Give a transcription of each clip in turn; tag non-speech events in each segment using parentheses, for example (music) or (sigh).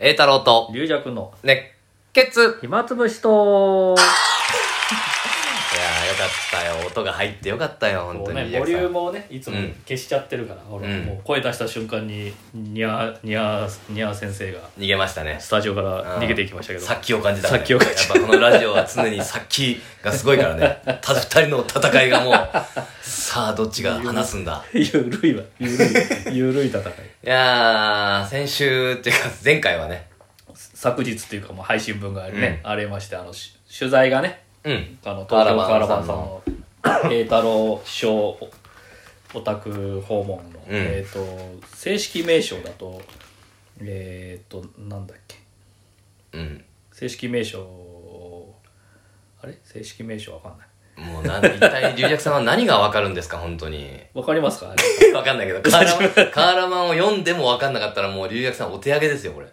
栄太郎と、龍尺の熱血いやーよ暇つぶしと、かったよ。音が入ってよかったよ、本こ当うに。ね、リボリジャュークムをね、いつもうん消しちゃってるから、俺うんもう声出した瞬間に、にゃー、にゃー、にゃー先生が、さん逃げましたね。スタジオからうん逃げていきましたけど、殺気を感じた、ね。殺気を感じたやっぱこのラジオは常に殺気がすごいから (laughs) ね。た二人の戦いがもう、さあどっちが話すん (laughs) だ。ゆるいわ、ゆるい、ゆるい戦い。いやー、先週っていうか前回はね、昨日っていうか、もう配信分がね、ありまして、あの、し取材がね、うん。あの、カーラ東京バンカーラバンさんの、栄太郎賞オタク訪問の、えっ、と、正式名称だと、えっ、と、なんだっけ。うん。正式名称あれ正式名称わかんないもうなん、一体龍尺さんは何がわかるんですか、本当に。わかりますかあれわかんない (laughs) けど、カーラマン、カーラマンを読んでもわかんなかったらもう龍尺さんお手上げですよ、これ。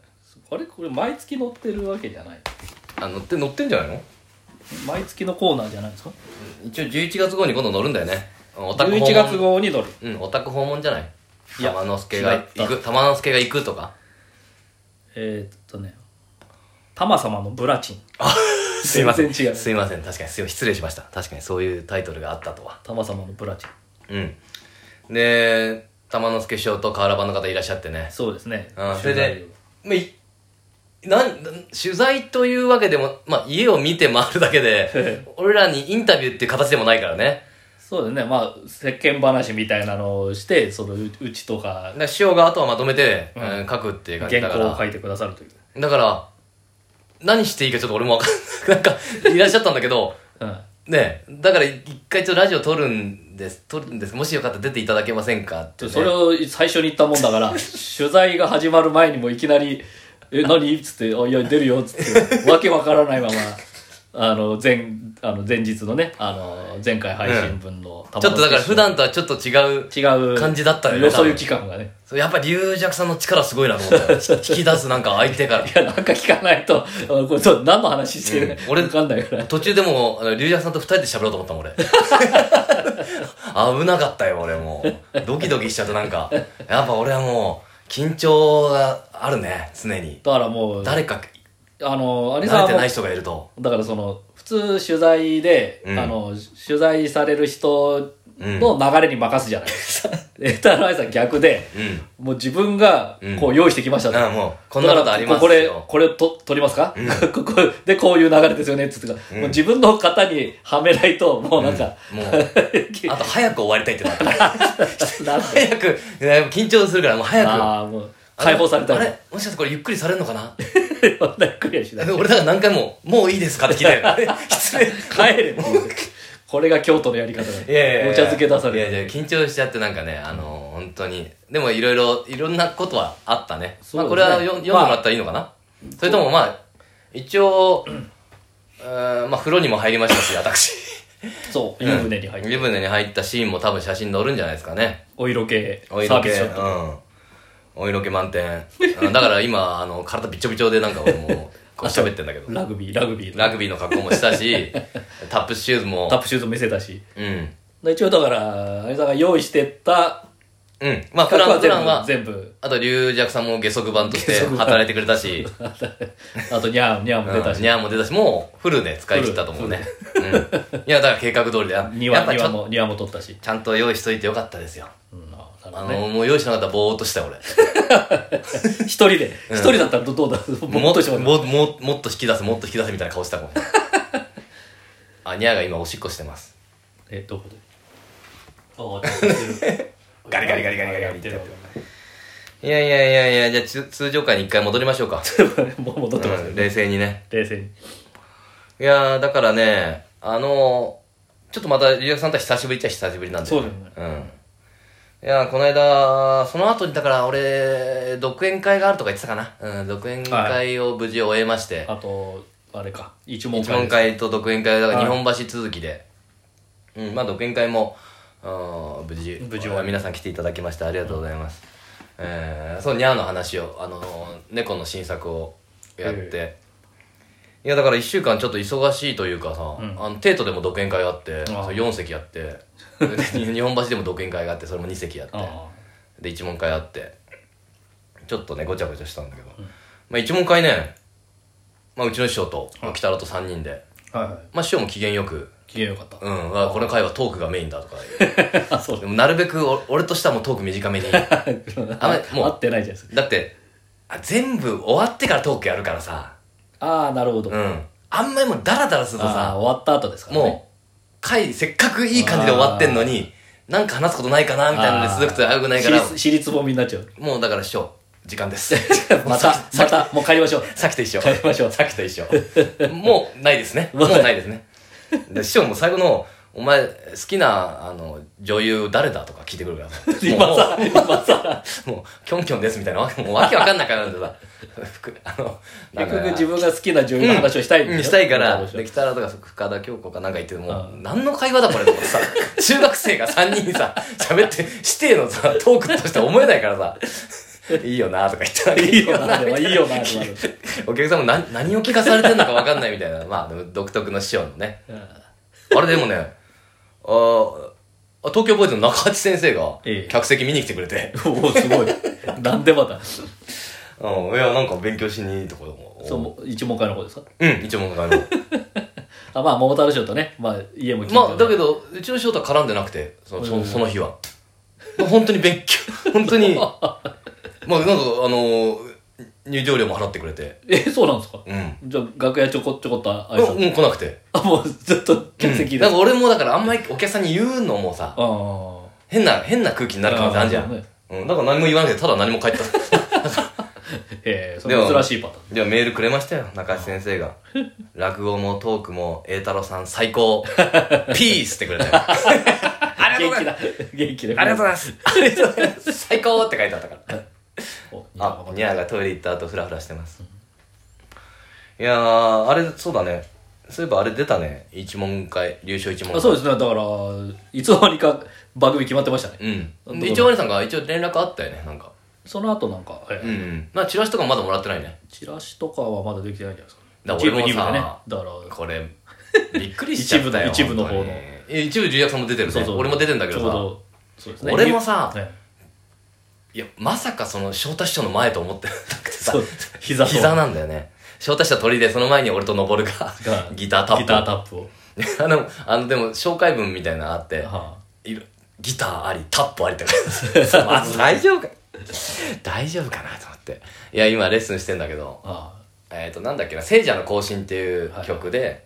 あれこれ毎月載ってるわけじゃないあ、乗って、乗ってんじゃないの毎月のコーナーじゃないですか一応11月号に今度乗るんだよね。オタク訪問。 11月。号に載るうん、オタク訪問じゃないいや玉之助が行違っく、玉之助が行くとか。えーっとね「タマ様のブラチン」すいません。全然違うすいません。確かに、すいません失礼しました。確かにそういうタイトルがあったとは。「タマ様のブラチンうん。で、玉之助師匠と河原版の方いらっしゃってね」。そうですねうん、それ取材で、まあ、いなんなん取材というわけでも、まあ、家を見て回るだけ (laughs) で俺らにインタビューっていう形でもないからねそうですねまあ世間話みたいなのをしてそのううちとかだから師匠があとはまとめて、うんうん書くっていう感じだ原か稿を書らいてくださるというだから何していいかちょっと俺も分かんない (laughs) なんかいらっしゃったんだけどうんねだから一回ちょっとラジオ撮るんです撮るんですもしよかったら出ていただけませんかって、ね、それを最初に言ったもん (laughs) だから取材が始まる前にもいきなり「え何?」っつって「あいや出るよ」っつってわけわからないままあの前あの前日のねあの前回配信分の、ちょっとだから普段とはちょっと違う違う感じだったよねよそ行き感がねそうやっぱ龍尺さんの力すごいなと思ったよ (laughs) 引き出すなんか相手からいやなんか聞かないとあこれそう何の話してる、うん俺わかんないから途中でもうあの龍尺さんと二人で喋ろうと思ったもん俺 (laughs) 危なかったよ俺もうドキドキしちゃってなんかやっぱ俺はもう緊張があるね常にだからもう誰かあの慣あれれさんてもない人がいるとだからその普通取材で、うんあの取材される人の流れに任すじゃないですか、 (laughs) エターの愛さん逆でうんもう自分がうんこう用意してきましたと、ああもうこんなことありますよだからここれこれと撮りますか、 (laughs) ここでこういう流れですよねっつってから、もう自分の型にはめないともうなんか、も (laughs) うあと早く終わりたいってなったなんか早くいややっぱ緊張するからもう早くああもう解放されたあられもしかしてこれゆっくりされるのかなそんなクリアしない俺だから何回も「もういいです (laughs) か?」って聞いたよ失礼帰れっていうこれが京都のやり方だいやいやいやお茶漬け出されるいやいや緊張しちゃってなんかねあの本当にでもいろいろいろんなことはあったねそうですねまあこれはよ読んでもらったらいいのかな、それともまあ一応、えーまあ風呂にも入りましたし私そう湯船に入って、湯船に入ったシーンも多分写真載るんじゃないですかねお色気おサー色気ビスショットうんお色気満点うんだから今 (laughs) あの体びっちょびちょでなんか俺もうこう喋ってんだけどラグビーラグビーラグビーの格好もした (laughs) しタップシューズもタップシューズ見せたしうん一応だからあれさんが用意してったうんまあプ企ラ画ンプランは全部あと、龍尺さんも下足版として下足版働いてくれたし、全部あとニャーニャ (laughs) ーも出たし、うんニャーも出たし、もうフルで使い切ったと思うね。うん。いや、だから計画通りだよ。や庭っぱち庭ょも庭も取ったし、ちゃんと用意しといてよかったですよ。うん、なるあほどの、ねもう用意しなかったらぼーっとしたよ、俺。 (laughs) 一人で一人だったらどどうだももっとしてもらうもももっと引き出す、もっと引き出すみたいな顔してた (laughs) もん。あ、ニャーが今おしっこしてます。えどこでああちょっとやってる (laughs) ガリガリガリガリガリやってるいやいやいやいや、じゃあつ通常回に一回戻りましょうか。 (laughs) もう戻ってます、うん冷静にね。冷静にいやー、だからね、あのー、ちょっとまた、龍役さんとは久しぶりっちゃ久しぶりなんで。そうだよねうん。いやー、この間、その後に、だから俺、独演会があるとか言ってたかな。うん、独演会を無事終えまして、あとあれか一問一会問会と独演会、だからは日い本橋続きで、うん、まあ独演会も、うん無事、無事終わり皆さん来ていただきまして、ありがとうございます。えー、そう、ニャーの話を、あのー、猫の新作をやって、えいやだから1週間ちょっと忙しいというかさ、うんあの帝都でも独演会があってああそう4席あって (laughs) で日本橋でも独演会があってそれも2席あってああで一問会あってちょっとねごちゃごちゃしたんだけど、まあ、一問会ね、まあ、うちの師匠と、まあ鬼太郎と3人で、はいはいまあ、師匠も機嫌よく、機嫌よかっうん、あこの回はトークがメインだとか言う (laughs) たあそうでもなるべくお俺としてはもうトーク短めに。だああまりもう (laughs) 合ってないじゃないですかって、あ全部終わってからトークやるからさ、ああなるほど、うあん。あんまりもうダラダラするとあさ、終わった後ですからねもう、回、せっかくいい感じで終わってんのに、なんか話すことないかなみたいなので続くと危くないから、尻尻つぼみになっちゃうもうだから師匠、時間 (laughs) です。またまたもう帰りましょうさっきと一緒。帰りましょう。さっきと一緒。もうないですね。もうないですね。で、師匠も最後の、お前、好きな、あの、女優誰だとか聞いてくるからさ (laughs) 今さ (laughs) もう今さもう、キョンキョンですみたいな、わけもうわけわかんなくなるんでさ、 (laughs) 服あの、なん結か局自分が好きな女優の話をしたいんだようんしたいから、どうしようできたらとか、深田恭子かなんか言って、もうう、何の会話だこれとか (laughs) さ、中学生が3人さ、喋って、指定のさ、トークとしては思えないからさ、いいよなとか言ったら、いいよなでもいいよなみたでもあい (laughs) るお客さんも何何を聞かされてんのかわかんないみたいな、まあ、でも独特の師匠のね。うんあれでもね、あーあ東京ボーイズの中八先生がええ、客席見に来てくれて、 (laughs) おおすごいなんでまたうん、いや、なんか勉強しにとこも。そう一問会の方ですかうん、一問会 (laughs) の。あまあ桃太郎賞とねまあ家も近ま所であ、だけど、うちの仕事は絡んでなくて、その、そうんのその日は。まあ本当に勉強、 (laughs) 本当に、まあ、なんか、あのー、入場料も払ってくれて、えそうなんですかうん。じゃあ楽屋ちょこちょこっと挨もう拶もう来なくて。あもうずっと客席でなあんか俺もだからあんまりお客さんに言うのもさ、あ変な、変な空気になる可能性あるじゃあーん。そうねうん。だから何も言わなくて、ただ何も帰った。 (laughs) ええそれ珍しいパターンでもメールくれましたよ、中橋先生 (laughs) が。落語もトークも、栄太郎さん最高。 (laughs) ピースってくれたよ。ありがとうございます。元気だ元気でありがとうございます。ありがとうございます。最高って書いてあったから。おいやあわか、んニないャーがトイレ行った後フラフラしてます。いやー、あれ、そうだね。そういえばあれ出たね。一問会、優勝一問会。あそうですねだからいつの間にか番組決まってましたねうん。で一応、兄さんが一応連絡あったよね、なんか。その後なんか、えうんうん。まあ、チラシとかまだもらってないね。チラシとかはまだできてないんじゃないですかだ一部俺も二部さでねだからこ (laughs) れ、びっくりしちゃったよ。一部の本当に一部の方のえ一部重役さんも出てるね。俺も出てんだけちょうどさ。どそうですね俺もさねいや、まさかその、翔太師匠の前と思ってなくてさそう。膝と膝なんだよね。翔太師匠鳥で、その前に俺と登るがが、ギタータップ。ギタータップを (laughs) あの、あの、でも、紹介文みたいなのあって、はいろギターあり、タップあ (laughs) りとか。そうあ大丈夫か大丈夫かなと思って。いや、今レッスンしてんだけど、ああえっ、と、なんだっけな、聖者の行進っていう曲で、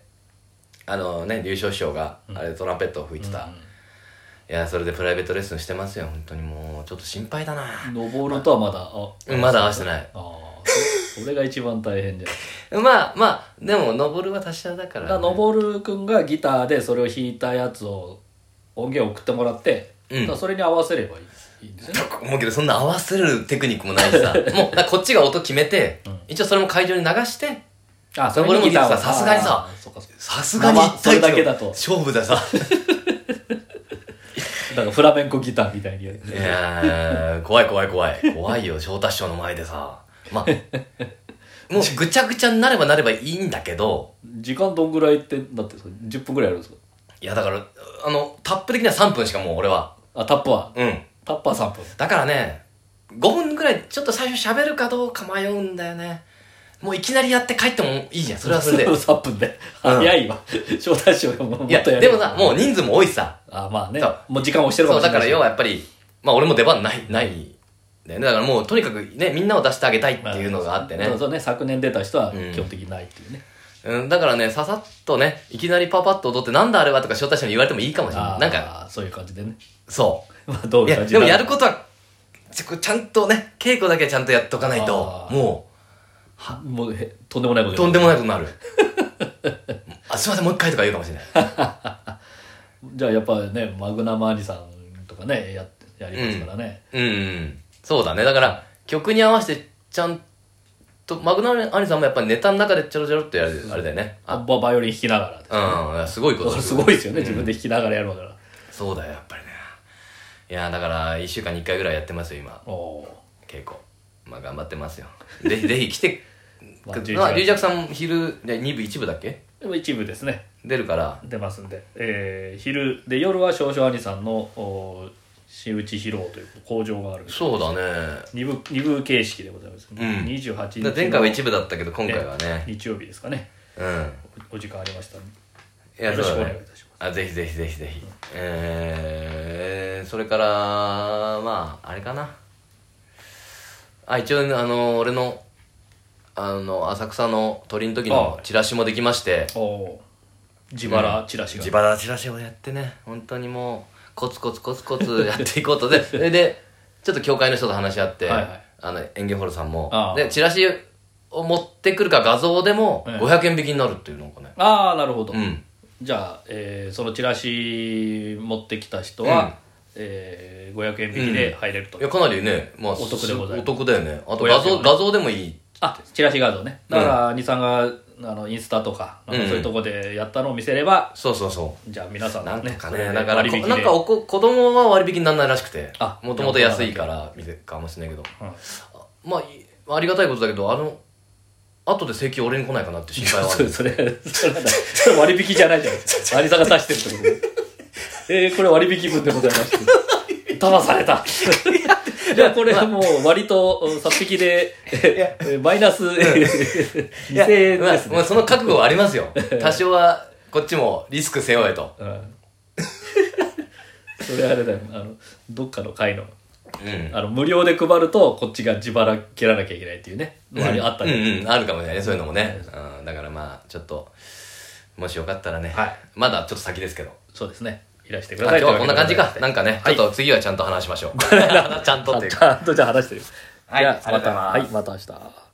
あのね、優勝師匠が、あれトランペットを吹いてた。うんいや、それでプライベートレッスンしてますよ、本当にもう、ちょっと心配だな。登るとはまだあうんまだ合わせてない。ああそれが一番 (laughs) 大変じゃないまあまあ、でも、登るは達者だかだら、から登るくんがギターでそれを弾いたやつを音源送ってもらって、うんだからそれに合わせればいいいいんですね思うけどそんな合わせるテクニックもないし (laughs) さもうだからこっちが音決めて、うん一応それも会場に流してあそれ俺もギターはさすがにさああそうかそうかさすがにまあまあ一対一それだけだとの勝負 (laughs) ださだからフラメンコギターみたいにやるいやー怖い怖い怖い怖いよ翔太師匠の前でさまあ (laughs) もうぐちゃぐちゃになればなればいいんだけど時間どんぐらいってなってるんですか10分ぐらいあるんですかいやだからあのタップ的には3分しかもう俺はあタップはうんタッパー3分だからね5分ぐらいちょっと最初喋るかどうか迷うんだよねもういきなりやって帰ってもいいじゃんそれはそれで (laughs) 3分でうん早いわ招待しようがもうもっいやとやでもさもうう人数も多いしさあまあねそうもう時間押してるかそもうしれだなからいし要はやっぱりまあ俺も出番ないないんだよねだからもうとにかくねみんなを出してあげたいっていうのがあってねそう、そうね昨年出た人はうん基本的にないっていうね、うん、だからねささっとねいきなりパパッと踊ってなんだあれはとか招待者に言われてもいいかもしれあなあいなんかそういう感じでね (laughs) そまあどうういいうや感じでもやるこことはちょちゃんとね稽古だけはちゃんとやっとかないとあーもともうへとんでもないこうととんででもないことになる (laughs) あすいませんもう一回とか言うかもしれないじゃあやっぱねマグナム兄さんとかねやってやりますからね、うんうんそうだねだから曲に合わせてちゃんとマグナム兄さんもやっぱりネタの中でちょろちょろっとやるあれだよねあババイオリン弾きながらですうんいや、すごいこだとかだらよすごいですよね、自分で弾きながらやるわけだかそうだよ、やっぱりね。いや、だから、1週間に1回ぐらいやってますよ、今、らおー稽古。まあ、頑張ってますよ。ぜ (laughs) ひ、ぜひ来て、ままああ、 11龍尺さん、昼、2部、1部だっけでも一部ですね出るから、出ますんで、えー昼で夜は少々兄さんのお新内広尾という工場があるそうだね二部二部形式でございます、ん28日だの前回は一部だったけど今回はね日曜日ですかねうんおお時間ありましたねいやよろしくそうおだ願いいねたしまあぜひぜひぜひぜひえー、それからまああれかなあ一応あの俺のあの浅草の鳥の時のあチラシもできましてすおおー自腹チラシが、自腹チラシをやってね本当にもうコツコツコツコ (laughs) ツやっていこうとでそれでちょっと教会の人と話し合って、はいはいあの園芸ホールさんもああでチラシを持ってくるか画像でもええ500円引きになるっていうのかね、ああなるほど、うんじゃあ、えーそのチラシ持ってきた人は、うんえー500円引きで入れると、いやかなりね、まあ、お得でございますお得だよねあと画500円像は画像でもいいあチラシ画像ねだから兄さんがあのインスタとかなんかそういうとこでやったのを見せれば、そうそうそじゃあ皆さんうなんねとかそれねでだから割こ引でなんかおこ子供は割引にならないらしくてあもともと安いから見てかもしれないけどうんまあいありがたいことだけどあの後で請求俺に来ないかなって心配はあ (laughs) そるれそれそれなんだそれ割引じゃないじゃない (laughs) ですか兄さんが出してるってことでえー、これ割引分でございます騙されたじゃあこれはもう割とうん差っ引きでえーマイナス2000いや円まあですねまあその覚悟はありますよ (laughs) 多少はこっちもリスク背負えとうんそれあれだよあのどっかの会のうんあの無料で配るとこっちが自腹切らなきゃいけないっていうねのありあったうんねうんあるかもしれないねそういうのもね、うん、だからまあちょっともしよかったらね、はいまだちょっと先ですけどそうですねいらしてくだあさ今い日はこんな感じというわかけでございまなしてんかね、はいちょっと次はちゃんと話しましょうちゃんとっていうか (laughs) ちゃんとじゃあ話してる。はいじゃあありがとうございますはい、また明日。